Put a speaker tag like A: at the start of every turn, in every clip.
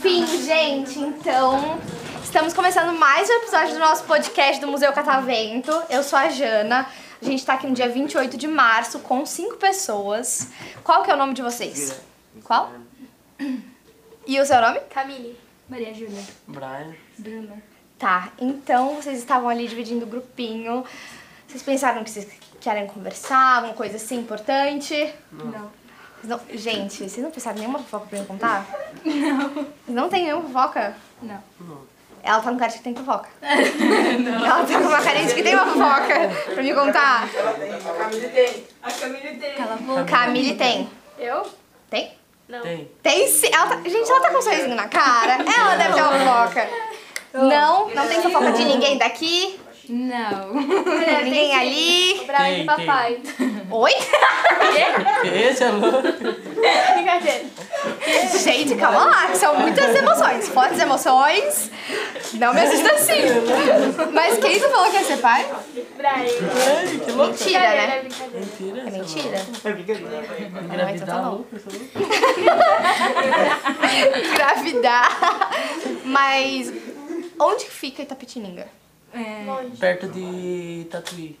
A: Fim, gente, então. Estamos começando mais um episódio do nosso podcast do Museu Catavento. Eu sou a Jana. A gente tá aqui no dia 28 de março com cinco pessoas. Qual que é o nome de vocês? Qual? E o seu nome?
B: Camille.
C: Maria Júlia.
D: Brian.
C: Bruna.
A: Tá, então vocês estavam ali dividindo o grupinho. Vocês pensaram que vocês querem conversar, alguma coisa assim importante? Vocês
C: Não.
A: não- gente, vocês não pensaram em nenhuma fofoca pra me contar? Não. Não tem nenhuma fofoca?
C: Não.
A: Ela tá no cara de que tem fofoca. Ela tá numa carente que tem uma fofoca pra me contar.
C: Cala a boca.
A: Camille tem.
B: Eu?
A: Tem?
B: Não.
D: Tem.
A: Tem sim. Ela tá- Gente, ela tá com um sorrisinho na cara. Ela deve ter uma fofoca. Não, não tem fofoca de ninguém daqui,
C: Não.
A: ninguém ali.
B: O Brian
D: Tem,
B: do papai.
A: Oi?
D: Esse é louco.
B: Brincadeira.
A: Gente, calma lá, que são muitas emoções, fortes emoções. Não me assusta assim. Mas quem tu falou que ia ser pai?
B: Brian.
D: Ei, que louco.
A: Mentira, né?
B: Brincadeira, brincadeira.
D: Mentira.
A: É mentira.
D: Engravidar,
A: tá bom.
D: louco. essa louca.
A: Engravidar. Mas onde que fica Itapetininga?
C: É,
B: Longe.
D: Perto de Tatuí.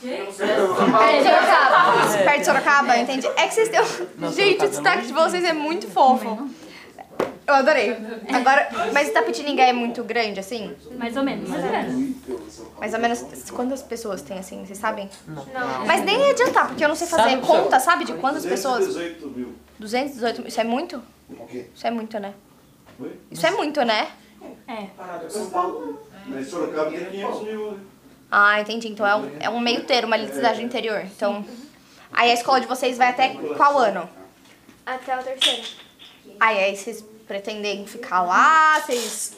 A: Perto de Sorocaba. É. Perto de Sorocaba, entende? É que vocês têm.
D: Não,
A: Gente, o
D: Sorocaba
A: destaque
D: não.
A: de vocês é muito fofo. Eu adorei. Agora, mas Itapetininga é muito grande, assim?
C: mais ou menos. Mais ou menos.
A: Mais ou menos quantas pessoas tem, assim, vocês sabem?
B: Não.
A: Mas nem ia adiantar, porque eu não sei fazer
D: Sabe,
E: é?
A: conta, sabe? De quantas pessoas?
E: 218 mil.
A: 218 mil. Isso é muito?
E: O quê?
A: Isso é muito, né?
E: Oi?
A: Isso é muito, né?
C: É.
E: Mas Sorocaba tem 500 mil. né?
A: Ah, entendi. Então é um, é um meio termo ali de cidade do interior. Então. Aí a escola de vocês vai até qual ano?
B: Até o terceiro.
A: Aí, aí vocês pretendem ficar lá? Vocês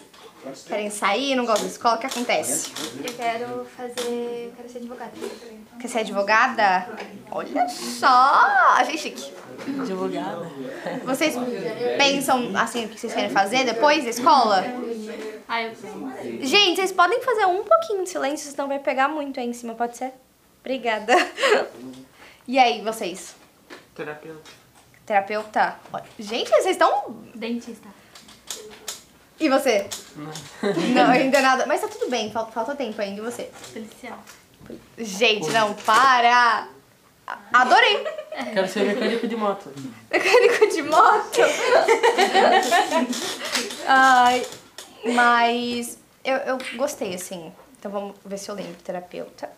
A: querem sair? Não gostam da escola? O que acontece?
B: Eu quero fazer. Eu quero ser advogada.
A: Quer ser advogada? Olha só! Achei chique.
D: Advogada.
A: Vocês pensam assim o que vocês querem fazer depois da escola?
C: Ah, eu sei.
A: Gente, vocês podem fazer um pouquinho de silêncio, senão vai pegar muito aí em cima, pode ser? Obrigada. E aí, vocês?
D: Terapeuta.
A: Terapeuta? Ó, Gente, vocês estão.
C: Dentista.
A: E você? Não, ainda nada. Mas tá tudo bem, fal- falta tempo ainda. E você?
C: é Policial.
A: Gente, não, para! A- Adorei!
D: Quero ser mecânico de moto.
A: Mecânico de moto! Ai, mas eu, eu gostei, assim. Então vamos ver se eu lembro. Terapeuta,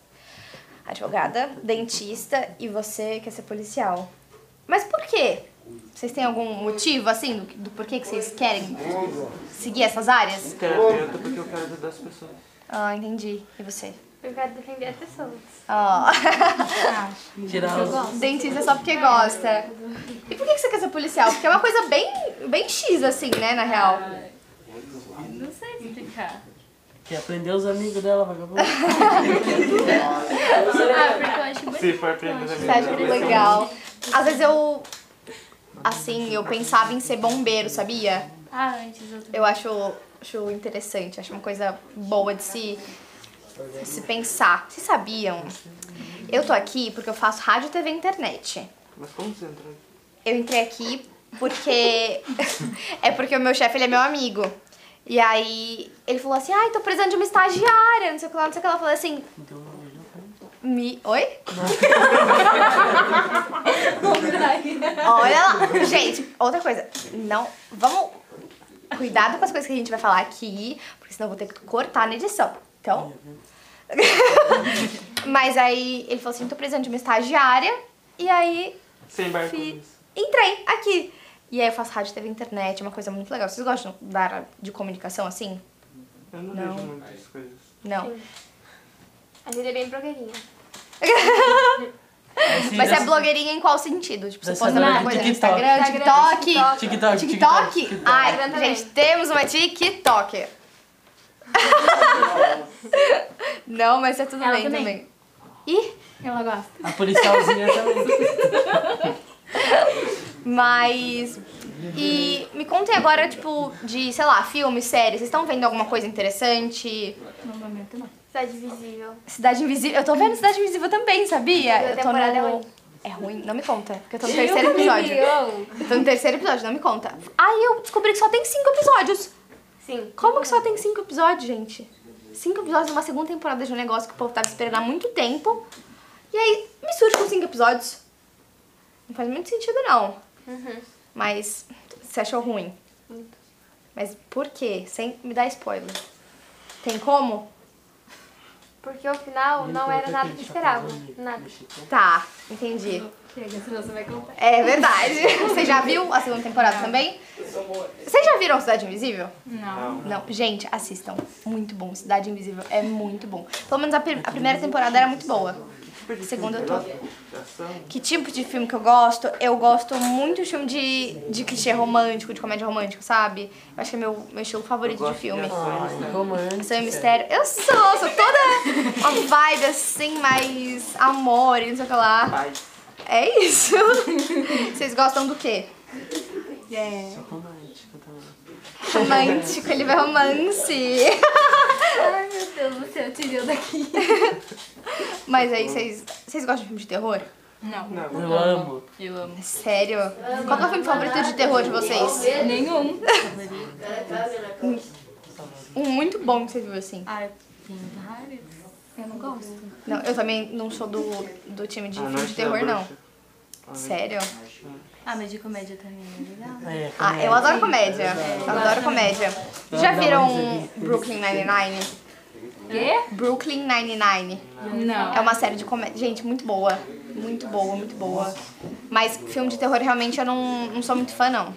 A: advogada, dentista e você quer ser policial. Mas por quê? Vocês têm algum motivo, assim, do, do porquê que vocês querem seguir essas áreas?
D: Terapeuta porque eu quero ajudar as pessoas.
A: Ah, entendi. E você?
B: Eu quero defender as pessoas.
A: Ah,
D: Tirar
C: Eu
D: os...
C: gosto.
A: dentista só porque gosta. E por que que você quer ser policial? Porque é uma coisa bem, bem X, assim, né, na real.
C: Não sei explicar.
D: Quer aprender os amigos dela, vagabundo.
C: Ah, porque eu acho bonito.
F: Se for
C: Eu
F: aprender
C: acho
A: Você acha é legal. Às vezes eu. Assim, eu pensava em ser bombeiro, sabia?
C: Ah, antes eu
A: Eu acho, acho interessante, acho uma coisa boa de se, se pensar. Vocês sabiam? Eu tô aqui porque eu faço rádio, TV e internet.
F: Mas como você entra aqui?
A: Eu entrei aqui porque. é porque o meu chefe ele é meu amigo. E aí ele falou assim: ai, tô precisando de uma estagiária, não sei o que lá, não sei o que lá. Eu falei assim:
D: Então, eu já-
A: me. Oi? Olha lá. Gente, outra coisa. Não. Vamos. Cuidado com as coisas que a gente vai falar aqui, porque senão eu vou ter que cortar na edição. Então.
D: é
A: Mas aí ele falou assim: tô precisando de uma estagiária. E aí
F: Sem barco
A: Fi-
F: nisso.
A: entrei aqui. E aí eu faço rádio, teve internet, é uma coisa muito legal. Vocês gostam da área de comunicação assim?
F: Eu não,
A: Não.
F: vejo muitas coisas.
A: Não.
B: A gente é bem blogueirinha.
D: Assim,
A: Mas você é
D: dessa-
A: blogueirinha em qual sentido? Tipo, você
D: Dessa
A: posta
D: área
A: muita
D: de
A: coisa no
D: TikTok.
A: Instagram,
B: Instagram,
A: TikTok.
B: TikTok.
D: TikTok,
A: TikTok? Ai,
B: TikTok.
A: gente, temos uma TikTok. Não, mas é tudo
C: Ela
A: bem
C: também.
A: também. Ih,
C: Ela gosta.
D: A policialzinha também.
A: mas E me contem agora, tipo, de, sei lá, filmes, séries. Vocês estão vendo alguma coisa interessante?
C: No momento não.
B: Cidade Visível.
A: Cidade Invisível. Eu tô vendo Cidade Invisível também, sabia?
B: Primeira
A: Eu tô no...
B: temporada é ruim.
A: É ruim? Não me conta. Porque eu tô no terceiro episódio. Eu tô no terceiro episódio, não me conta. Aí eu descobri que só tem cinco episódios.
B: Sim.
A: Como que só tem cinco episódios, gente? Cinco episódios de uma segunda temporada de um negócio que o povo tava esperando há muito tempo. E aí me surge com cinco episódios. Não faz muito sentido, não.
B: Uhum.
A: Mas você achou ruim.
B: Muito.
A: Mas por quê? Sem me dar spoiler. Tem como?
B: Porque o final não era nada que eu esperava. Nada.
A: Tá, entendi.
C: Chega, senão você vai contar.
A: É verdade. Você já viu a segunda temporada também? Vocês já viram Cidade Invisível?
C: Não.
A: Não, gente, assistam. Muito bom. Cidade Invisível é muito bom. Pelo menos a, pri- a primeira temporada era muito boa. A segunda eu tô.
F: De ação.
A: Que tipo de filme que eu gosto? Eu gosto muito de filme de, de clichê romântico, de comédia romântica, sabe? Eu acho que é meu, meu estilo favorito de filme.
F: né?
D: Romance.
A: Sou um mistério. Eu sou, sou toda uma vibe assim, mais amor e não sei o que lá.
F: Paz.
A: É isso. Vocês gostam do quê?
D: Só romântico também.
A: Romântico, ele vai romance.
C: Ai, meu Deus do céu, tirou daqui.
A: Mas aí, vocês, vocês gostam de filme de terror? É
C: Não.
F: Não. é
D: Eu amo.
C: Eu amo.
A: Sério? Qual que é o filme favorito de terror de vocês?
C: Nenhum.
A: Um muito bom que você viu assim.
C: Ai, tem vários. Eu não gosto.
A: Não, eu também não sou do, do time de
F: A
A: filme de
F: Noite da
A: terror, não.
F: Bruxa. é A Noite-
A: Sério?
C: Ah, mas de comédia também é legal.
D: É,
A: Ah, eu adoro comédia. Eu adoro comédia. Já viram Brooklyn Nine-Nine?
C: Quê?
A: Brooklyn Nine-Nine.
C: Não.
A: É uma série de comédia. Gente, muito boa. Muito boa, muito boa. Mas filme de terror realmente eu não, não sou muito fã, não.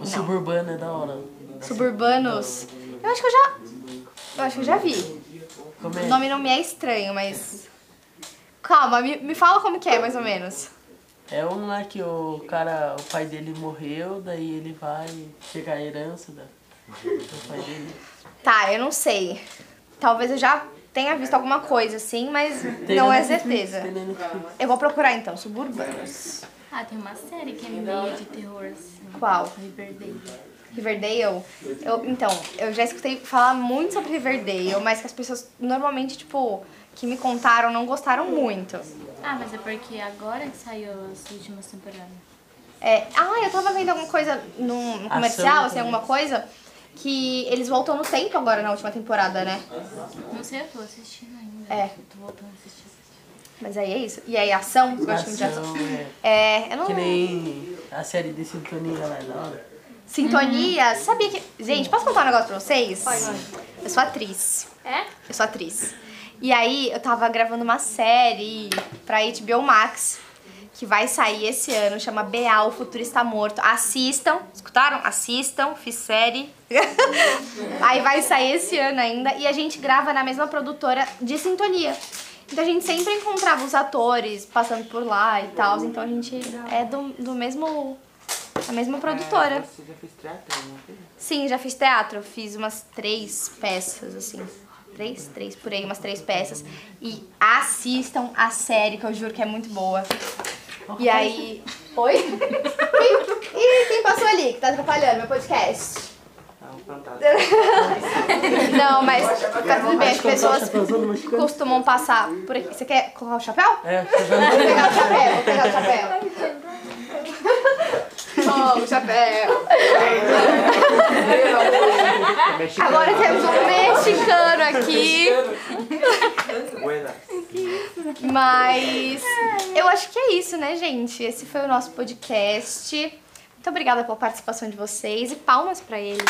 D: O suburbano é da hora.
A: Suburbanos. Eu acho que eu já. Eu acho que eu já vi. O
D: Comédia.
A: nome não me é estranho, mas. Calma, me, me fala como que é, mais ou menos.
D: É um lá que o cara, o pai dele morreu, daí ele vai pegar a herança da, do pai dele.
A: Tá, eu não sei. Talvez eu já tenha visto alguma coisa assim, mas
D: Tem
A: não
D: na
A: é
D: Netflix,
A: certeza.
D: tem na Netflix.
A: Eu vou procurar então, Suburbanos.
C: Ah, tem uma série que é meio de terror, assim.
A: Qual?
C: Riverdale.
A: Riverdale. Eu, então, eu já escutei falar muito sobre Riverdale, mas que as pessoas normalmente, tipo, que me contaram não gostaram muito.
C: Ah, mas é porque agora que saiu as últimas temporadas.
A: É, ah, eu tava vendo alguma coisa num
D: Ah,
A: num comercial,
D: Ação
A: assim,
D: também.
A: alguma coisa, que eles voltam no tempo agora na última temporada, né?
C: Não sei, eu tô assistindo ainda.
A: É.
C: Tô voltando a assistir.
A: Mas aí é isso. E aí, ação? Você gosta de filme de ação?
D: Ação, é.
A: É, eu não.
D: Que nem a série de sintonia lá da hora.
A: Sintonia, sabia que. Gente, posso contar um negócio pra vocês? Eu sou atriz.
B: É?
A: Eu sou atriz. E aí, eu tava gravando uma série pra HBO Max, que vai sair esse ano, chama BA, O Futurista Morto. Assistam, escutaram? Assistam, fiz série. aí vai sair esse ano ainda. E a gente grava na mesma produtora de Sintonia. Então a gente sempre encontrava os atores passando por lá e tal. Então a gente é do, do mesmo. A mesma produtora.
F: Ah, Você já fez teatro, é? alguma coisa?
A: Sim, já fiz teatro. Eu Fiz umas três peças, assim. Três? Três, por aí, umas três peças. E assistam a série, que eu juro que é muito boa. E aí. Oi? Ih, quem passou ali que tá atrapalhando meu podcast?
F: Ah, um fantasma.
A: Não, mas tá tudo bem, as
D: Acho que eu tô
A: pessoas
D: chapeuzinho, mas que-
A: costumam passar por aqui. Você quer colocar o chapéu?
D: É, tá vendo?
A: Vou pegar o chapéu, vou pegar o chapéu. Oh, o chapéu.
F: É mexicano.
A: Agora temos um mexicano aqui.
F: Buena.
A: Mas eu acho que é isso, né, gente? Esse foi o nosso podcast. Muito obrigada pela participação de vocês e palmas pra eles.